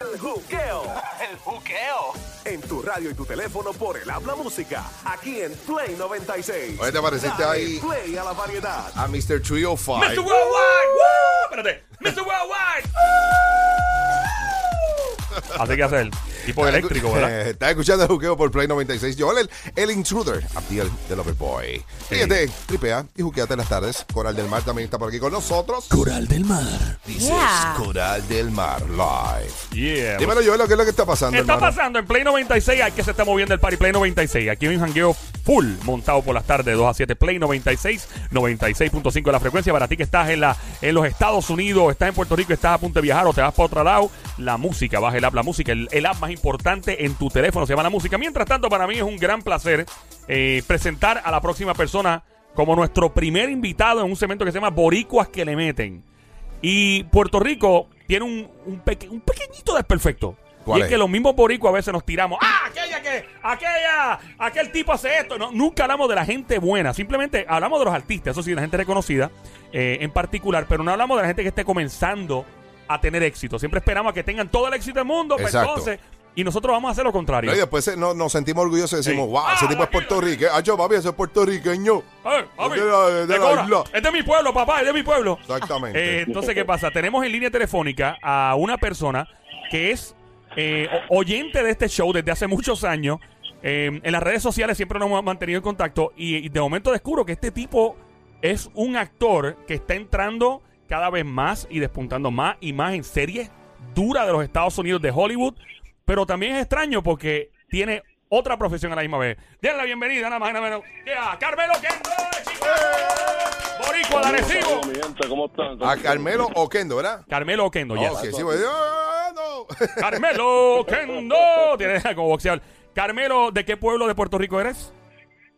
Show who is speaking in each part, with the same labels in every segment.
Speaker 1: El juqueo.
Speaker 2: El juqueo.
Speaker 1: En tu radio y tu teléfono por el habla música. Aquí en Play 96.
Speaker 3: Oye, te pareciste
Speaker 1: Dale
Speaker 3: ahí.
Speaker 1: Play a la variedad.
Speaker 3: A oh Mr. 305.
Speaker 4: Mr. Worldwide. Woo! Espérate. Mr. Worldwide. Así que hace el tipo
Speaker 3: Estás
Speaker 4: eléctrico,
Speaker 3: escu-
Speaker 4: ¿verdad?
Speaker 3: Eh, Estás escuchando el juqueo por Play 96. Joel, el, el intruder, Abdiel de Loverboy. Fíjate, tripea y juqueate las tardes. Coral del Mar también está por aquí con nosotros.
Speaker 5: Coral del Mar.
Speaker 3: Dices
Speaker 6: Yeah.
Speaker 3: Coral del Mar Live.
Speaker 4: Yeah.
Speaker 3: Dímelo, Joel, ¿qué es lo que está pasando,
Speaker 4: ¿Qué está
Speaker 3: hermano?
Speaker 4: pasando en Play 96? Hay que se está moviendo el party Play 96. Aquí hay un jangueo full montado por las tardes de 2 a 7. Play 96, 96.5 de la frecuencia. Para ti que estás en, la, en los Estados Unidos, estás en Puerto Rico, estás a punto de viajar o te vas para otro lado, la música, baja el app, la música. El, el app más importante en tu teléfono se llama la música. Mientras tanto, para mí es un gran placer eh, presentar a la próxima persona como nuestro primer invitado en un segmento que se llama Boricuas que le meten. Y Puerto Rico tiene un, un, peque- un pequeñito desperfecto.
Speaker 3: ¿Cuál
Speaker 4: y es,
Speaker 3: es?
Speaker 4: que los mismos boricuas a veces nos tiramos. ¡Ah, aquella que! ¡Aquella! ¡Aquel tipo hace esto! No, nunca hablamos de la gente buena. Simplemente hablamos de los artistas, eso sí, de la gente reconocida eh, en particular, pero no hablamos de la gente que esté comenzando a tener éxito. Siempre esperamos a que tengan todo el éxito del mundo, pues
Speaker 3: Exacto.
Speaker 4: entonces. Y nosotros vamos a hacer lo contrario.
Speaker 3: No, y después eh, no- nos sentimos orgullosos y decimos,
Speaker 4: Sí.
Speaker 3: wow, ese
Speaker 4: Ah,
Speaker 3: tipo es
Speaker 4: tranquilo.
Speaker 3: puertorriqueño. Ah, yo, papi, ese es puertorriqueño.
Speaker 4: ¡Eh, papi!
Speaker 3: De la- de la
Speaker 4: decora.
Speaker 3: isla.
Speaker 4: ¡Es de mi pueblo, papá! ¡Es de mi pueblo!
Speaker 3: Exactamente.
Speaker 4: Eh, entonces, ¿qué pasa? Tenemos en línea telefónica a una persona que es eh, o- oyente de este show desde hace muchos años. Eh, en las redes sociales siempre nos hemos mantenido en contacto y, y de momento descubro que este tipo es un actor que está entrando cada vez más y despuntando más y más en series duras de los Estados Unidos, de Hollywood. Pero también es extraño porque tiene otra profesión a la misma vez. Denle la bienvenida, nada más y nada menos, que a Carmelo Kendo de Chicago. Boricua de Arecibo.
Speaker 7: Saludos, mi gente, ¿cómo están? ¿Cómo
Speaker 3: A
Speaker 7: están?
Speaker 3: Carmelo Oquendo, ¿verdad?
Speaker 4: Carmelo Kendo, yes.
Speaker 3: Ok, sí, pues, ah, no.
Speaker 4: Carmelo Kendo. Tiene como boxeador. Carmelo, ¿de qué pueblo de Puerto Rico eres?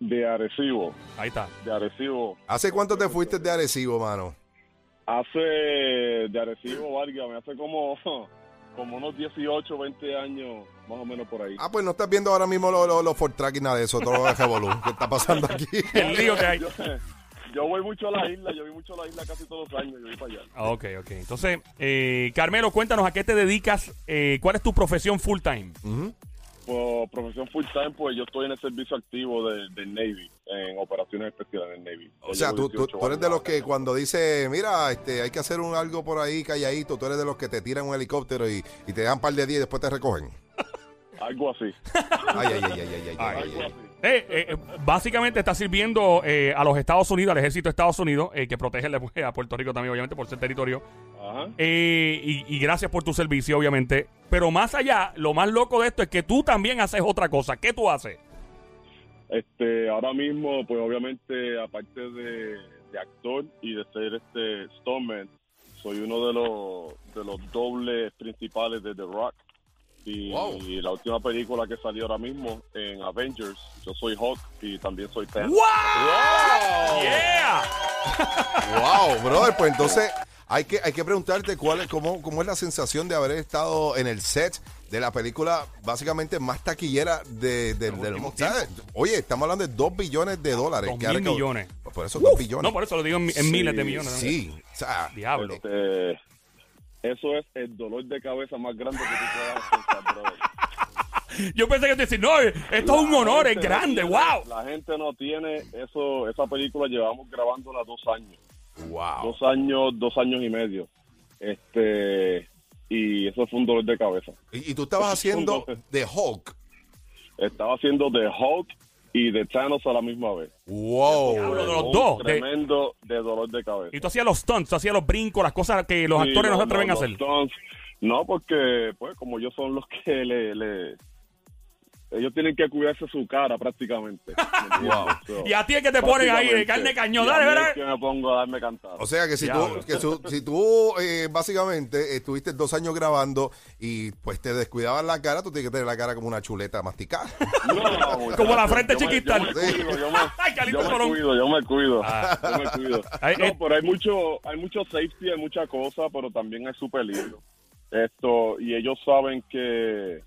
Speaker 7: De Arecibo,
Speaker 4: Ahí está.
Speaker 7: de Arecibo.
Speaker 3: ¿Hace cuánto te fuiste de Arecibo, mano?
Speaker 7: Hace, de Arecibo, válgame, hace como, como unos 18, 20 años, más o menos por ahí.
Speaker 3: Ah, pues no estás viendo ahora mismo los lo, los Fortrack y nada de eso, todo lo de revolú que está pasando aquí.
Speaker 4: El lío que hay.
Speaker 7: Yo, yo voy mucho a la isla, yo voy mucho a la isla casi todos los años, yo voy para allá.
Speaker 4: Ah, Ok, ok. Entonces, eh, Carmelo, cuéntanos a qué te dedicas, eh, cuál es tu profesión full time.
Speaker 7: Por profesión full time, pues yo estoy en el servicio activo de- del Navy, en operaciones especiales en el Navy.
Speaker 3: O sea, tú, tú, tú eres de los que cuando dice, mira, este, hay que hacer un algo por ahí calladito, tú eres de los que te tiran un helicóptero y, y te dan un par de días y después te recogen.
Speaker 7: Algo así,
Speaker 3: Ay, ay, ay, ay, ay, ay, ay,
Speaker 7: algo
Speaker 3: ay.
Speaker 7: así.
Speaker 4: Eh, eh, eh, básicamente está sirviendo eh, a los Estados Unidos, al ejército de Estados Unidos, eh, que protege a Puerto Rico también, obviamente, por ser territorio.
Speaker 7: Ajá.
Speaker 4: Eh, y, y gracias por tu servicio, obviamente. Pero más allá, lo más loco de esto es que tú también haces otra cosa. ¿Qué tú haces?
Speaker 7: Este, ahora mismo, pues obviamente, aparte de, de actor y de ser este stuntman, soy uno de los, de los dobles principales de The Rock. Y,
Speaker 3: Wow.
Speaker 7: y la última película que salió ahora mismo en Avengers, yo soy Hulk y también soy Thanos.
Speaker 4: ¡Wow! ¡Yeah!
Speaker 3: Wow, brother, pues entonces hay que, hay que preguntarte cuál es, cómo, cómo es la sensación de haber estado en el set de la película básicamente más taquillera de, de, del mundo. ¿Sabes? Oye, estamos hablando de 2 billones de dólares.
Speaker 4: Dos
Speaker 3: que ha
Speaker 4: mil
Speaker 3: recaudado.
Speaker 4: millones.
Speaker 3: Pues por eso 2
Speaker 4: No,
Speaker 3: billones.
Speaker 4: por eso lo digo en, mi- en
Speaker 7: Sí,
Speaker 4: miles de millones. ¿no?
Speaker 3: Sí, o sea,
Speaker 4: Diablo.
Speaker 7: Este, eso es el dolor de cabeza más grande que tú puedas pensar, brother.
Speaker 4: Yo pensé que te decir, no, esto es un
Speaker 7: La
Speaker 4: honor, es
Speaker 7: gente no
Speaker 4: grande,
Speaker 7: tiene-
Speaker 4: wow.
Speaker 7: La gente no tiene eso, esa película llevamos grabándola dos años.
Speaker 3: wow.
Speaker 7: dos años, dos años y medio. Este, y eso fue un dolor de cabeza.
Speaker 3: Y, y tú estabas haciendo de Hulk.
Speaker 7: Estaba haciendo de Hulk y de Thanos a la misma vez.
Speaker 3: Wow.
Speaker 4: Los
Speaker 7: Un
Speaker 4: dos. de-
Speaker 7: Tremendo de, dolor de cabeza.
Speaker 4: y tú hacías los stunts, tú hacías los brincos, las cosas que los
Speaker 7: Sí,
Speaker 4: actores no se atreven
Speaker 7: los
Speaker 4: a hacer.
Speaker 7: stunts. no, porque, pues, como ellos son los que le, le- Ellos tienen que cuidarse su cara prácticamente.
Speaker 3: Wow.
Speaker 4: Y a ti es que te ponen ahí de carne de cañón, dale, ¿verdad?
Speaker 7: Yo me pongo a darme cantado.
Speaker 3: O sea que si
Speaker 4: Diablo.
Speaker 3: tú, que su- si tú eh, básicamente estuviste dos años grabando y pues te descuidabas la cara, tú tienes que tener la cara como una chuleta masticada.
Speaker 7: No,
Speaker 4: Como la frente
Speaker 7: yo me-
Speaker 4: chiquita.
Speaker 7: Yo me cuido, yo me,
Speaker 4: Ay, Carlito
Speaker 7: yo me
Speaker 4: Colón.
Speaker 7: cuido, yo me cuido. Yo me cuido.
Speaker 4: Ay, eh.
Speaker 7: No, pero hay mucho, hay mucho safety, hay mucha cosa, pero también hay su peligro. Esto, y ellos saben que,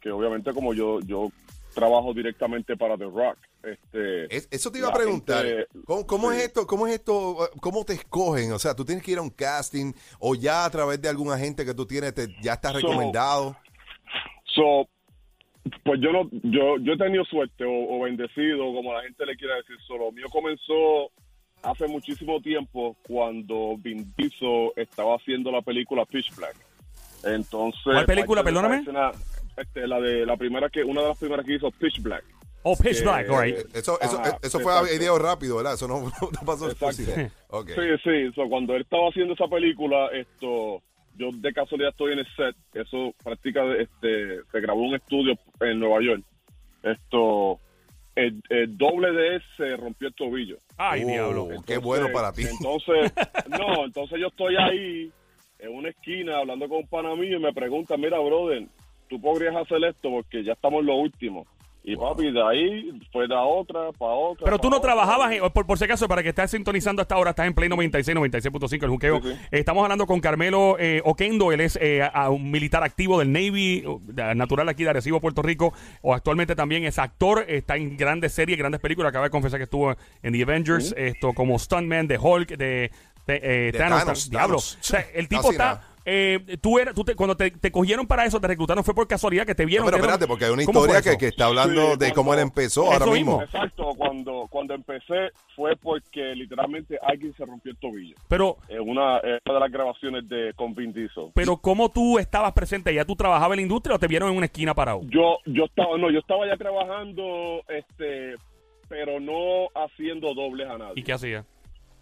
Speaker 7: que obviamente como yo, yo trabajo directamente para The Rock, Este,
Speaker 3: Es- eso te iba a
Speaker 7: la
Speaker 3: preguntar.
Speaker 7: gente-
Speaker 3: ¿Cómo, cómo
Speaker 7: sí.
Speaker 3: es esto? ¿Cómo es esto? eh, ¿Cómo te escogen? O sea, tú tienes que ir a un casting o ya a través de algún agente que tú tienes te- ya estás
Speaker 7: So-
Speaker 3: recomendado.
Speaker 7: So, pues yo no, yo, yo he tenido suerte o, o bendecido, como la gente le quiera decir. Solo mío comenzó hace muchísimo tiempo cuando Vin Diesel estaba haciendo la película Pitch Black. Entonces,
Speaker 4: ¿Cuál película,
Speaker 7: parte de esa
Speaker 4: perdóname?
Speaker 7: escena, este, la de la primera que, una de las primeras que hizo Pitch Black.
Speaker 4: Oh, Pitch
Speaker 7: Eh,
Speaker 4: Black, all right.
Speaker 3: Eso, eso,
Speaker 7: Ajá,
Speaker 3: eso fue a
Speaker 7: exacto.
Speaker 3: video rápido, ¿verdad? Eso no, no pasó
Speaker 7: Exacto.
Speaker 3: exclusivo. Ok.
Speaker 7: Sí, sí. So, cuando él estaba haciendo esa película, esto, yo de casualidad estoy en el set. Eso practica, este, se grabó en un estudio en Nueva York. Esto, el, el doble de él se rompió el tobillo.
Speaker 4: Ay,
Speaker 3: Oh,
Speaker 4: diablo.
Speaker 3: Qué bueno para ti.
Speaker 7: Entonces, no, entonces yo estoy ahí en una esquina hablando con un pana mío y me pregunta, mira, brother, tú podrías hacer esto porque ya estamos en lo último. Y papi, de ahí fue la otra, para otra.
Speaker 4: Pero tú
Speaker 7: pa'
Speaker 4: no
Speaker 7: otra.
Speaker 4: trabajabas, en- por, por si acaso, para que estés sintonizando hasta ahora, estás en Play 96, 96.5, el juqueo.
Speaker 7: Sí, sí.
Speaker 4: Estamos hablando con Carmelo eh, Oquendo, él es eh, a- un militar activo del Navy, o- de- natural aquí de Arecibo, Puerto Rico, o actualmente también es actor, está en grandes series, grandes películas, acaba de confesar que estuvo en The Avengers, esto como Stuntman, de Hulk, de, de, eh,
Speaker 3: De
Speaker 4: Thanos,
Speaker 3: Thanos,
Speaker 4: diablo.
Speaker 3: Thanos.
Speaker 4: O sea, el tipo
Speaker 3: Así
Speaker 4: está...
Speaker 3: nada.
Speaker 4: eh, tú eras, tú te- cuando te, te cogieron para eso, te reclutaron, fue por casualidad que te vieron.
Speaker 3: Pero
Speaker 4: te dieron-
Speaker 3: espérate, porque hay una
Speaker 4: ¿Cómo fue
Speaker 3: historia que,
Speaker 4: eso?
Speaker 3: que está hablando
Speaker 7: Sí,
Speaker 3: de cómo él
Speaker 7: cuando-
Speaker 3: empezó
Speaker 4: Eso
Speaker 3: ahora mismo.
Speaker 4: mismo.
Speaker 7: Exacto, cuando, cuando empecé fue porque literalmente alguien se rompió el tobillo.
Speaker 4: Pero
Speaker 7: En una, en una de las grabaciones de con Vin Diesel.
Speaker 4: Pero ¿cómo tú estabas presente? ¿Ya tú trabajabas en la industria o te vieron en una esquina parado?
Speaker 7: Yo, yo estaba, no, yo estaba ya trabajando, este, pero no haciendo dobles a nadie.
Speaker 4: ¿Y qué hacía?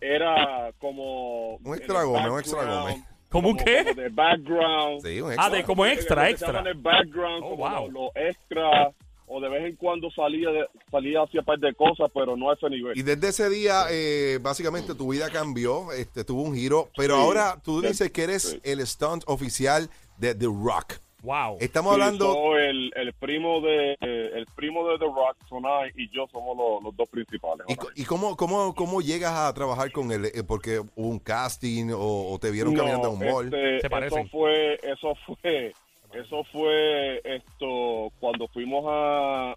Speaker 7: Era como
Speaker 3: Un extra gómez, un extra gómez.
Speaker 4: ¿Cómo
Speaker 7: un
Speaker 4: qué?
Speaker 7: de background.
Speaker 3: Sí, un
Speaker 4: Ah,
Speaker 3: extra.
Speaker 4: de como extra,
Speaker 7: Lo que se llama
Speaker 4: extra.
Speaker 7: en el background,
Speaker 4: Oh,
Speaker 7: como
Speaker 4: wow.
Speaker 7: los extras, o de vez en cuando salía, de- salía hacia par de cosas, pero no a ese nivel.
Speaker 3: Y desde ese día, eh, básicamente tu vida cambió, este, tuvo un giro, pero
Speaker 7: Sí.
Speaker 3: ahora tú
Speaker 7: Sí.
Speaker 3: dices que eres
Speaker 7: Sí.
Speaker 3: el stunt oficial de The Rock.
Speaker 4: Wow.
Speaker 7: Eh,
Speaker 3: Estamos
Speaker 7: Sí,
Speaker 3: hablando,
Speaker 7: yo, el, el primo de eh, el primo de The Rock, Sonai y yo somos los, los dos principales.
Speaker 3: ¿y, co- y cómo, cómo, cómo llegas a trabajar con él? Eh, ¿Porque hubo un casting o, o te vieron caminando a un mall?
Speaker 7: este,
Speaker 4: Se parecen.
Speaker 7: eso fue, eso fue, eso fue esto cuando fuimos a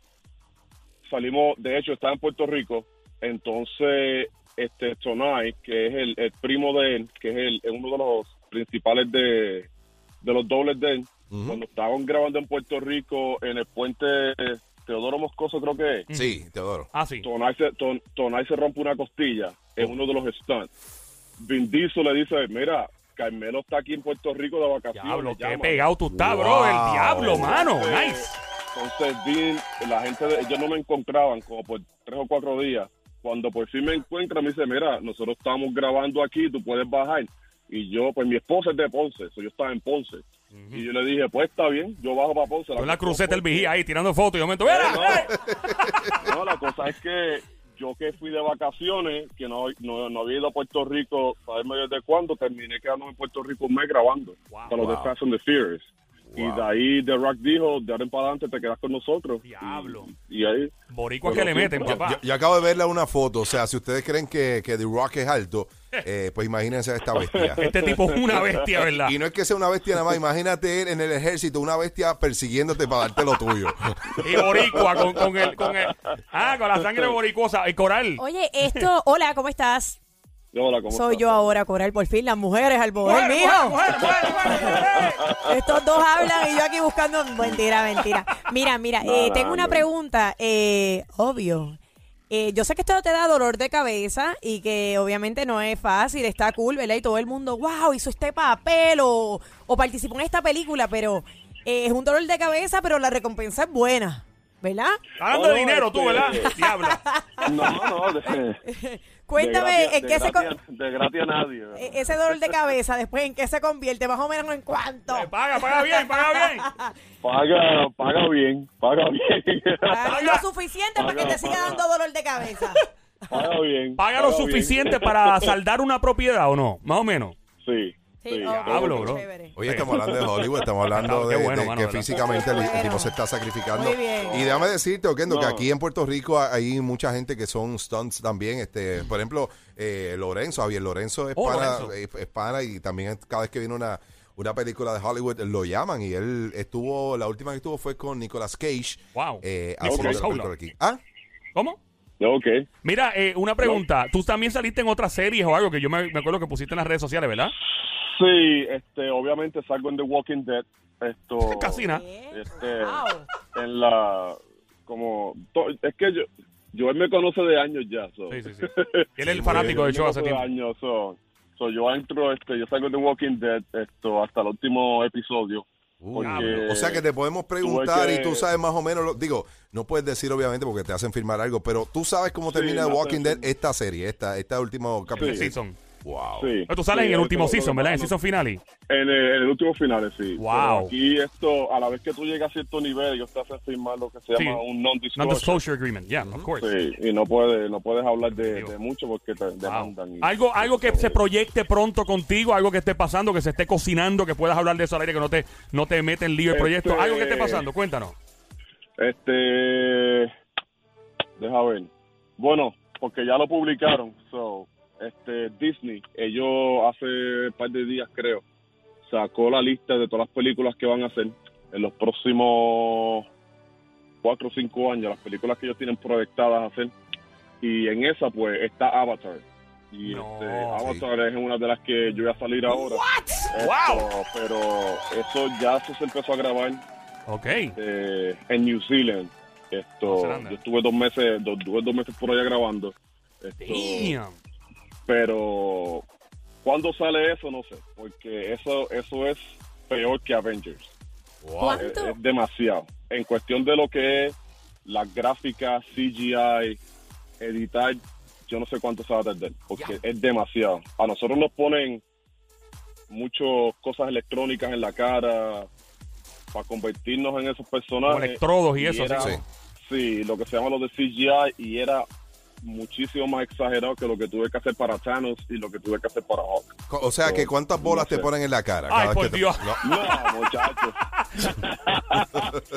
Speaker 7: salimos, de hecho está en Puerto Rico, entonces este Sonai, que es el, el primo de él, que es el, es uno de los principales de, de los dobles de él,
Speaker 3: Ujú.
Speaker 7: cuando estaban grabando en Puerto Rico en el puente eh, Teodoro Moscoso creo que es,
Speaker 3: Sí, Teodoro.
Speaker 4: Ah, sí.
Speaker 7: Tonai se, Ton- Tonai se rompe una costilla en uno de los stunts. Vin Diesel le dice, mira, Carmelo está aquí en Puerto Rico de vacaciones.
Speaker 4: Diablo, qué
Speaker 7: llámalo".
Speaker 4: pegado tú estás, bro.
Speaker 3: Wow.
Speaker 4: El diablo, mano.
Speaker 7: Entonces-
Speaker 4: Nice.
Speaker 7: Entonces, Vin, la gente, de- ellos no me encontraban como por tres o cuatro días. Cuando por fin me encuentran, me dice, mira, nosotros estamos grabando aquí, tú puedes bajar. Y yo, pues mi esposa es de Ponce, so yo estaba en Ponce. Y yo le dije, pues está bien, yo bajo para Ponce.
Speaker 4: Yo en la cruceta
Speaker 7: cruceta
Speaker 4: el vigía ahí tirando fotos. y Yo me meto, ¡Mira!
Speaker 7: No,
Speaker 4: ¡eh!
Speaker 7: No, la cosa es que yo que fui de vacaciones, que no, no, no había ido a Puerto Rico, sabemos desde cuándo, terminé quedándome en Puerto Rico un mes grabando
Speaker 4: Wow.
Speaker 7: para los de Fast and the Furious. Y de ahí The Rock dijo, de ahora en para adelante te quedas con nosotros.
Speaker 4: Diablo.
Speaker 7: Y, y ahí...
Speaker 4: Boricua
Speaker 7: Yo
Speaker 4: que
Speaker 7: lo
Speaker 4: le
Speaker 7: siento.
Speaker 4: meten,
Speaker 7: Yo-
Speaker 4: papá.
Speaker 3: Yo, yo acabo de verle una foto, o sea, si ustedes creen que, que The Rock es alto, eh, pues imagínense a esta bestia.
Speaker 4: Este tipo es una bestia, ¿verdad?
Speaker 3: Y no es que sea una bestia nada más, imagínate él en el ejército, una bestia persiguiéndote para darte lo tuyo.
Speaker 4: Y boricua con, con el, con el... Ah, con la sangre boricuosa. El coral.
Speaker 2: Oye, esto, hola, ¿cómo estás?
Speaker 7: Hola, ¿cómo
Speaker 2: Soy
Speaker 7: estás?
Speaker 2: yo ahora, Coral, por fin, las mujeres al poder,
Speaker 4: ¡Mujer, mujer,
Speaker 2: mijo.
Speaker 4: mujer, mujer, mujer, mujer!
Speaker 2: Estos dos hablan y yo aquí buscando. Mentira, mentira. Mira, mira,
Speaker 7: No,
Speaker 2: eh,
Speaker 7: no,
Speaker 2: tengo una
Speaker 7: no.
Speaker 2: pregunta, eh, obvio. Eh, yo sé que esto te da dolor de cabeza y que obviamente no es fácil, está cool, ¿verdad? Y todo el mundo, wow, hizo este papel o, o participó en esta película, pero eh, es un dolor de cabeza, pero la recompensa es buena, ¿verdad?
Speaker 4: Hablando de
Speaker 7: No, no,
Speaker 4: dinero, tú,
Speaker 7: este-
Speaker 4: ¿verdad? Diablo.
Speaker 7: No, no, de, de
Speaker 2: Cuéntame,
Speaker 7: gratis-
Speaker 2: ¿en
Speaker 7: de
Speaker 2: qué se... co-
Speaker 7: gratis- De gratis a nadie. ¿verdad?
Speaker 2: E- Ese dolor de cabeza, después, ¿en qué se convierte? Más o menos en cuánto.
Speaker 4: Eh, Paga, paga bien, paga bien.
Speaker 7: Paga, paga bien, paga bien.
Speaker 2: Ah,
Speaker 4: Paga.
Speaker 2: Lo suficiente para que
Speaker 7: Paga,
Speaker 2: te siga
Speaker 7: paga.
Speaker 2: dando dolor de cabeza.
Speaker 7: paga bien.
Speaker 4: ¿Paga lo
Speaker 7: bien.
Speaker 4: suficiente para saldar una propiedad o no? Más o menos.
Speaker 7: Sí. sí.
Speaker 2: ok,
Speaker 4: Diablo,
Speaker 2: qué
Speaker 4: bro.
Speaker 2: chévere.
Speaker 3: Oye, estamos hablando de Hollywood, estamos hablando
Speaker 4: Claro, qué
Speaker 3: de,
Speaker 4: bueno,
Speaker 3: de
Speaker 4: mano,
Speaker 3: que
Speaker 4: ¿verdad?
Speaker 3: físicamente el, el
Speaker 2: Bueno.
Speaker 3: tipo se está sacrificando.
Speaker 2: Muy bien.
Speaker 3: Y déjame decirte, Oquendo, que
Speaker 7: No.
Speaker 3: aquí en Puerto Rico hay mucha gente que son stunts también. Este, por ejemplo, eh, Lorenzo, Javier Lorenzo es
Speaker 4: Oh,
Speaker 3: pana, eh,
Speaker 4: Lorenzo.
Speaker 3: es- es pana y también cada vez que viene una, una película de Hollywood lo llaman y él estuvo, la última que estuvo fue con Nicolas Cage.
Speaker 4: Wow.
Speaker 3: eh,
Speaker 4: Nicolas
Speaker 3: haciendo la
Speaker 4: Cage.
Speaker 3: película aquí. Ah,
Speaker 4: ¿Cómo?
Speaker 7: Ok.
Speaker 4: Mira, eh, una pregunta. Tú también saliste en otras series o algo que yo me, me acuerdo que pusiste en las redes sociales, ¿verdad?
Speaker 7: Sí, este, obviamente salgo en The Walking Dead. Esto.
Speaker 4: Casina.
Speaker 7: Este, en la. Como. to- es que yo. Joel me conoce de años ya. So.
Speaker 4: Sí, sí, sí. Y Él es el fanático de show hace
Speaker 7: Hace
Speaker 4: tiempo.
Speaker 7: años, so, so yo entro, este, yo salgo de Walking Dead esto, hasta el último episodio. porque-
Speaker 3: o sea que te podemos preguntar
Speaker 7: tuve
Speaker 3: y
Speaker 7: que-
Speaker 3: tú sabes más o menos, lo- digo, no puedes decir obviamente porque te hacen firmar algo, pero tú sabes cómo
Speaker 7: Sí,
Speaker 3: termina
Speaker 7: no sé,
Speaker 3: Walking Dead
Speaker 7: sí.
Speaker 3: esta serie, esta, esta último capítulo.
Speaker 4: El season.
Speaker 3: Wow.
Speaker 7: Sí,
Speaker 4: Pero tú sales en
Speaker 7: sí,
Speaker 4: el
Speaker 7: esto,
Speaker 4: último
Speaker 7: lo que
Speaker 4: season, ¿verdad? En el
Speaker 7: pasa-
Speaker 4: season finale.
Speaker 7: En el, en el último final, sí.
Speaker 4: Wow.
Speaker 7: Pero aquí esto, a la vez que tú llegas a cierto nivel, ellos te hacen firmar lo que se
Speaker 4: Sí.
Speaker 7: llama un non-disclosure.
Speaker 4: Non-disclosure agreement. Yeah, of course.
Speaker 7: Sí, y no puedes, no puedes hablar de,
Speaker 4: Digo.
Speaker 7: de mucho porque te
Speaker 4: Wow.
Speaker 7: demandan. y-
Speaker 4: Algo, algo que se proyecte pronto contigo, algo que esté pasando, que se esté cocinando, que puedas hablar de eso al aire, que no te, no te mete en lío el proyecto.
Speaker 7: Este-
Speaker 4: Algo que esté pasando, cuéntanos.
Speaker 7: Este, deja ver. Bueno, porque ya lo publicaron. So, este Disney, ellos hace un par de días creo sacó la lista de todas las películas que van a hacer en los próximos cuatro o cinco años, las películas que ellos tienen proyectadas hacer. Y en esa pues está Avatar. Y
Speaker 4: No,
Speaker 7: este, Avatar es una de las que yo voy a salir ahora. Esto, Pero eso ya eso se empezó a grabar
Speaker 4: Ok.
Speaker 7: eh, en New Zealand.
Speaker 4: Nueva
Speaker 7: Esto,
Speaker 4: Zelanda.
Speaker 7: yo estuve dos meses, dos, estuve dos meses por allá grabando. Esto,
Speaker 4: Damn.
Speaker 7: Ah, pero cuando sale eso no sé, porque eso eso es peor que Avengers. Es,
Speaker 2: ¿Cuánto?
Speaker 7: es demasiado. En cuestión de lo que es las gráficas, CGI, editar, yo no sé cuánto se va a tardar, porque es demasiado. A nosotros nos ponen muchas cosas electrónicas en la cara para convertirnos en esos personajes.
Speaker 4: Como electrodos y eso,
Speaker 7: era-
Speaker 3: sí.
Speaker 7: sí, lo que se llama lo de CGI y era muchísimo más exagerado que lo que tuve que hacer para Thanos y lo que tuve que hacer para Hulk.
Speaker 3: Co- O sea que cuántas bolas
Speaker 7: No sé.
Speaker 3: te ponen en la cara.
Speaker 4: Ay,
Speaker 3: cada vez
Speaker 4: por
Speaker 3: que te-
Speaker 4: Dios.
Speaker 3: No.
Speaker 7: No, muchachos.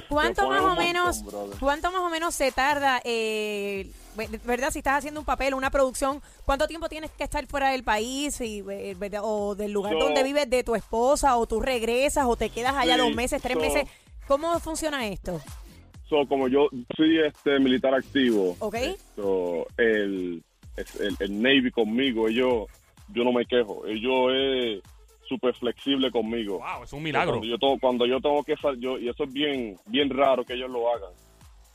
Speaker 2: ¿Cuánto
Speaker 7: Te
Speaker 2: más
Speaker 7: ponen
Speaker 2: o
Speaker 7: un
Speaker 2: menos,
Speaker 7: montón, brother.
Speaker 2: cuánto más o menos se tarda, eh, ve- verdad? Si estás haciendo un papel, una producción, ¿cuánto tiempo tienes que estar fuera del país y, eh, verdad, o del lugar
Speaker 7: Yo-
Speaker 2: donde vives de tu esposa o tú regresas o te quedas allá
Speaker 7: Sí,
Speaker 2: dos meses, tres
Speaker 7: yo-
Speaker 2: meses? ¿Cómo funciona esto?
Speaker 7: So, como yo soy este militar activo,
Speaker 2: Ok.
Speaker 7: esto, el, es- el, el Navy conmigo, ellos, yo no me quejo, ellos es súper flexible conmigo.
Speaker 4: Wow, es un milagro.
Speaker 7: Cuando yo, to- cuando yo tengo que salir, yo, y eso es bien, bien raro que ellos lo hagan,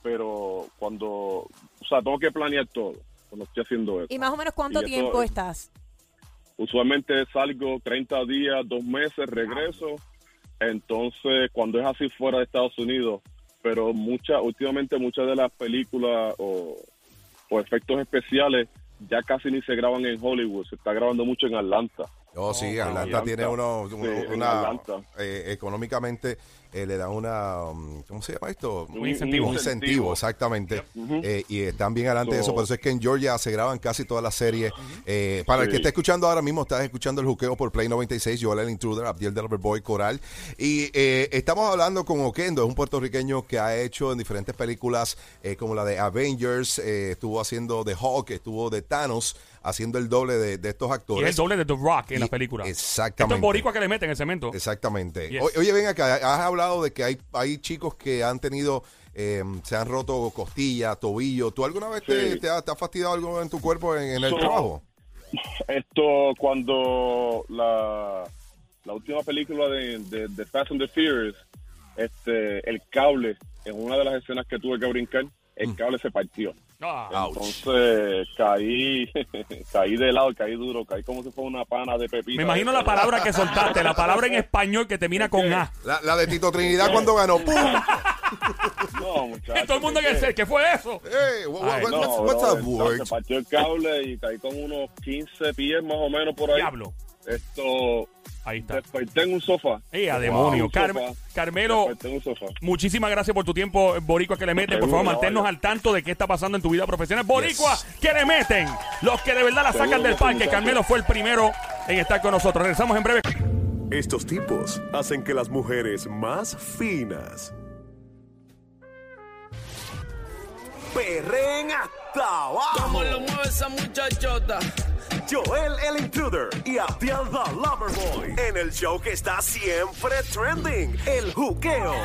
Speaker 7: pero cuando, o sea, tengo que planear todo cuando estoy haciendo eso.
Speaker 2: ¿Y más o menos cuánto
Speaker 7: Y eso-
Speaker 2: tiempo estás?
Speaker 7: Usualmente salgo 30 días, dos meses, regreso. Entonces, cuando es así fuera de Estados Unidos, pero mucha, últimamente muchas de las películas o, o efectos especiales ya casi ni se graban en Hollywood, se está grabando mucho en Atlanta.
Speaker 3: Oh, sí,
Speaker 7: No,
Speaker 3: Atlanta
Speaker 7: Atlanta.
Speaker 3: tiene uno,
Speaker 7: Sí,
Speaker 3: uno-
Speaker 7: en
Speaker 3: una,
Speaker 7: Atlanta.
Speaker 3: eh, económicamente eh, le da una, um, ¿cómo se llama esto?
Speaker 4: Un incentivo.
Speaker 3: Un incentivo, exactamente. Eh, y están bien adelante de eso.
Speaker 7: So-
Speaker 3: Por eso es que en Georgia se graban casi todas las series. Eh, para el que
Speaker 7: Sí.
Speaker 3: esté escuchando ahora mismo, estás escuchando el juqueo por Play 96, Joel el Intruder, Abdiel del Boy Coral. Y eh, estamos hablando con Oquendo, es un puertorriqueño que ha hecho en diferentes películas eh, como la de Avengers, eh, estuvo haciendo de Hulk, estuvo de Thanos, haciendo el doble de, de estos
Speaker 4: Y
Speaker 3: actores.
Speaker 4: es el doble de The Rock en
Speaker 3: Y-
Speaker 4: las películas. Esto
Speaker 3: exactamente.
Speaker 4: es boricua que le meten el cemento.
Speaker 3: Exactamente.
Speaker 4: Yes.
Speaker 3: O- Oye, ven acá, has hablado de que hay, hay chicos que han tenido, eh, se han roto costillas, tobillo. ¿Tú alguna vez te,
Speaker 7: Sí.
Speaker 3: te ha, te ha fastidiado algo en tu cuerpo en, en el
Speaker 7: So-
Speaker 3: trabajo?
Speaker 7: Esto, cuando la, la última película de, de, de Fast and the Furious, este, el cable, en una de las escenas que tuve que brincar, el cable se partió.
Speaker 4: Ah,
Speaker 3: Mm. Ouch.
Speaker 7: Entonces caí, caí de lado, caí duro, caí como si fuera una pana de pepita.
Speaker 4: me imagino la palabra que soltaste, la palabra en español que termina con A.
Speaker 3: La, la de Tito Trinidad cuando ganó. ¡Pum!
Speaker 7: No, muchachos.
Speaker 4: Todo el mundo en el set, ¿qué fue eso?
Speaker 3: Hey, what- what-
Speaker 4: Ay,
Speaker 3: what's-
Speaker 7: No,
Speaker 3: what's
Speaker 7: brother,
Speaker 3: up,
Speaker 7: no,
Speaker 3: Word?
Speaker 7: se partió el cable y caí con unos 15 pies más o menos por ahí.
Speaker 4: Diablo.
Speaker 7: Esto,
Speaker 4: Ahí está.
Speaker 7: desperté en un sofá.
Speaker 4: ¡Eh, a demonio!
Speaker 7: Un
Speaker 4: Carme-
Speaker 7: sofá.
Speaker 4: Carmelo,
Speaker 7: Desperté en un sofá.
Speaker 4: muchísimas gracias por tu tiempo, Boricua, que le meten. Por favor,
Speaker 7: Seguro,
Speaker 4: manténnos
Speaker 7: vaya.
Speaker 4: al tanto de qué está pasando en tu vida profesional. Boricua, que le meten. Los que de verdad la sacan
Speaker 7: Seguro,
Speaker 4: del parque.
Speaker 7: muchachos.
Speaker 4: Carmelo fue el primero en estar con nosotros. Regresamos en breve.
Speaker 1: Estos tipos hacen que las mujeres más finas perren hasta abajo.
Speaker 5: ¿Cómo lo mueve esa muchachota?
Speaker 1: Joel el Intruder y Abdiel the Loverboy en el show que está siempre trending, el juqueo.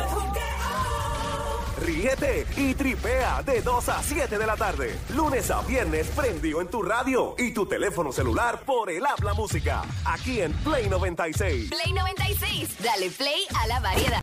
Speaker 1: ríete y tripea de 2 a 7 de la tarde. Lunes a viernes prendido en tu radio y tu teléfono celular por el habla música. Aquí en Play 96.
Speaker 6: Play 96. Dale play a la variedad.